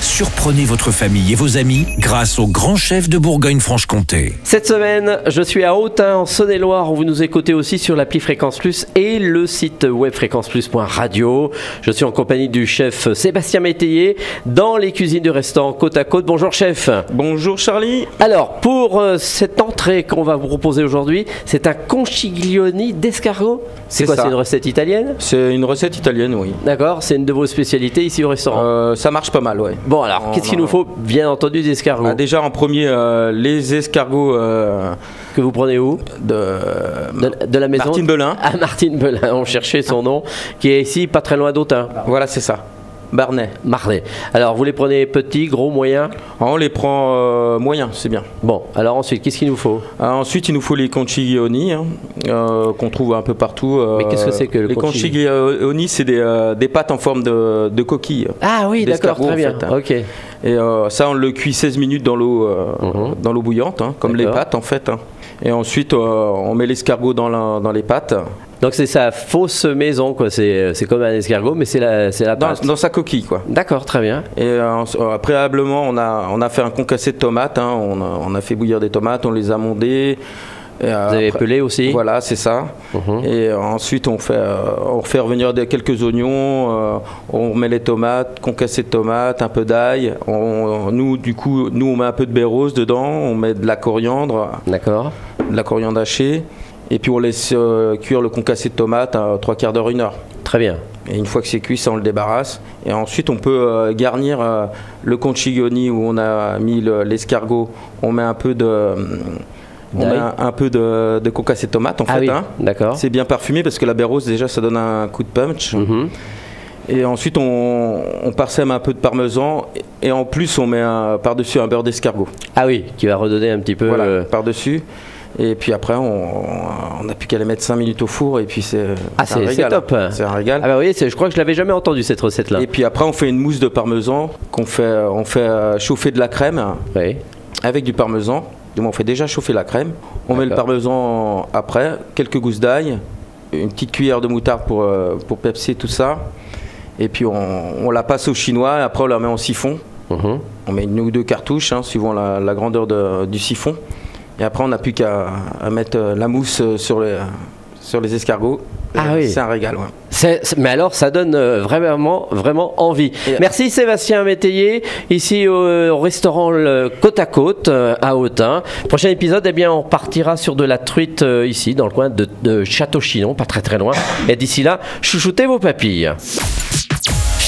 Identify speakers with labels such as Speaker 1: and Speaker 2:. Speaker 1: Surprenez votre famille et vos amis grâce au grand chef de Bourgogne-Franche-Comté.
Speaker 2: Cette semaine, je suis à Autun, en Saône-et-Loire, où vous nous écoutez aussi sur l'appli Fréquence Plus et le site web fréquenceplus.radio. Je suis en compagnie du chef Sébastien Métayer dans les cuisines du restaurant Côte à Côte. Bonjour chef.
Speaker 3: Bonjour Charlie.
Speaker 2: Alors, pour euh, cette entrée qu'on va vous proposer aujourd'hui, c'est un conciglioni d'escargot. C'est
Speaker 3: C'est
Speaker 2: quoi
Speaker 3: ça.
Speaker 2: C'est une recette italienne
Speaker 3: C'est une recette italienne, oui.
Speaker 2: D'accord, c'est une de vos spécialités ici au restaurant.
Speaker 3: Euh, ça marche pas mal, ouais.
Speaker 2: bon alors,
Speaker 3: on
Speaker 2: qu'est-ce qu'il
Speaker 3: en-
Speaker 2: nous faut Bien entendu des escargots.
Speaker 3: Ah, déjà en premier, euh, les escargots euh,
Speaker 2: Que vous prenez où
Speaker 3: de,
Speaker 2: de, de la maison
Speaker 3: Martine Belin.
Speaker 2: à Martine Belin, on cherchait son nom, qui est ici pas très loin d'Autun,
Speaker 3: Voilà, c'est ça. Barnet.
Speaker 2: Marley. Alors vous les prenez petits, gros, moyens
Speaker 3: Ah, on les prend euh, moyen, c'est bien.
Speaker 2: Bon, alors ensuite, qu'est-ce qu'il nous faut
Speaker 3: Ah, ensuite, il nous faut les conchiglioni, hein, euh, qu'on trouve un peu partout. euh,
Speaker 2: Mais qu'est-ce que c'est que le
Speaker 3: Les
Speaker 2: conchigli-
Speaker 3: conchiglioni, c'est des, euh, des pâtes en forme de, de coquille.
Speaker 2: Ah oui, d'accord,
Speaker 3: D'escargot,
Speaker 2: très
Speaker 3: en
Speaker 2: bien.
Speaker 3: fait.
Speaker 2: Ok.
Speaker 3: Et euh, ça, on le cuit 16 minutes dans l'eau euh,
Speaker 2: Mhm.
Speaker 3: dans l'eau bouillante, hein, comme les
Speaker 2: D'accord.
Speaker 3: pâtes en fait. hein. Et ensuite, euh, on met l'escargot dans, la- dans les pâtes,
Speaker 2: Donc c'est sa fausse maison, quoi. C'est c'est comme un escargot, mais c'est la, Ah, c'est la
Speaker 3: dans,
Speaker 2: pâte.
Speaker 3: dans sa coquille quoi.
Speaker 2: D'accord, très bien.
Speaker 3: Et euh, en- euh, préalablement, on a, on a fait un concassé de tomates, hein, on, a, on a fait bouillir des tomates, on les a mondées. Vous
Speaker 2: Vous avez pelé aussi
Speaker 3: Voilà, c'est ça.
Speaker 2: Mhm.
Speaker 3: Et euh, ensuite, on fait, euh, on fait revenir des- quelques oignons, euh, on met les tomates, concassé de tomates, un peu d'ail. On- on- nous, du coup, nous, on met un peu de baie rose dedans, on met de la coriandre,
Speaker 2: D'accord.
Speaker 3: de la coriandre hachée. Et puis on laisse euh, cuire le concassé de tomate à trois quarts d'heure, une heure.
Speaker 2: Très bien.
Speaker 3: Et une fois que c'est cuit, ça on le débarrasse. Et ensuite on peut euh, garnir euh, le conchiglioni où on a mis le- l'escargot. on met un peu de, on
Speaker 2: D'ail.
Speaker 3: met un, un peu de, de concassé de tomate en
Speaker 2: Ah
Speaker 3: fait.
Speaker 2: oui,
Speaker 3: hein.
Speaker 2: d'accord.
Speaker 3: C'est bien parfumé parce que la baie rose déjà ça donne un coup de punch.
Speaker 2: Mhm.
Speaker 3: Et ensuite on, on parsème un peu de parmesan et, et en plus on met un- par-dessus un beurre d'escargot.
Speaker 2: Ah oui, qui va redonner un petit peu.
Speaker 3: Voilà,
Speaker 2: euh,
Speaker 3: par-dessus. Et puis après, on on n'a plus qu'à les mettre 5 minutes au four et puis c'est
Speaker 2: Ah,
Speaker 3: un
Speaker 2: c'est- c'est
Speaker 3: régal.
Speaker 2: top.
Speaker 3: C'est un
Speaker 2: Ah
Speaker 3: régal.
Speaker 2: bah oui, c'est- je crois que je l'avais jamais entendu cette recette-là.
Speaker 3: Et puis après, on fait une mousse de parmesan qu'on fait, on fait euh, chauffer de la crème
Speaker 2: Oui.
Speaker 3: avec du parmesan. Du moins, on fait déjà chauffer la crème. On met le
Speaker 2: D'accord.
Speaker 3: parmesan après, quelques gousses d'ail, une petite cuillère de moutarde pour, euh, pour pepser tout ça. Et puis on, on la passe au chinois et après on la met en siphon.
Speaker 2: Mhm.
Speaker 3: On met une ou deux cartouches, hein, suivant la, la grandeur de- du siphon. Et après, on n'a plus qu'à à mettre euh, la mousse euh, sur les, sur les escargots.
Speaker 2: Ah
Speaker 3: Euh,
Speaker 2: oui.
Speaker 3: C'est un régal, ouais.
Speaker 2: C'est- c'est- mais alors, ça donne euh, vraiment, vraiment envie.
Speaker 3: Et-
Speaker 2: Merci Sébastien Métayer, ici au, euh, au restaurant le Côte à Côte euh, à Autun. Prochain épisode, eh bien, on partira sur de la truite euh, ici, dans le coin de, de Château-Chinon, pas très très loin. Et d'ici là, chouchoutez vos papilles.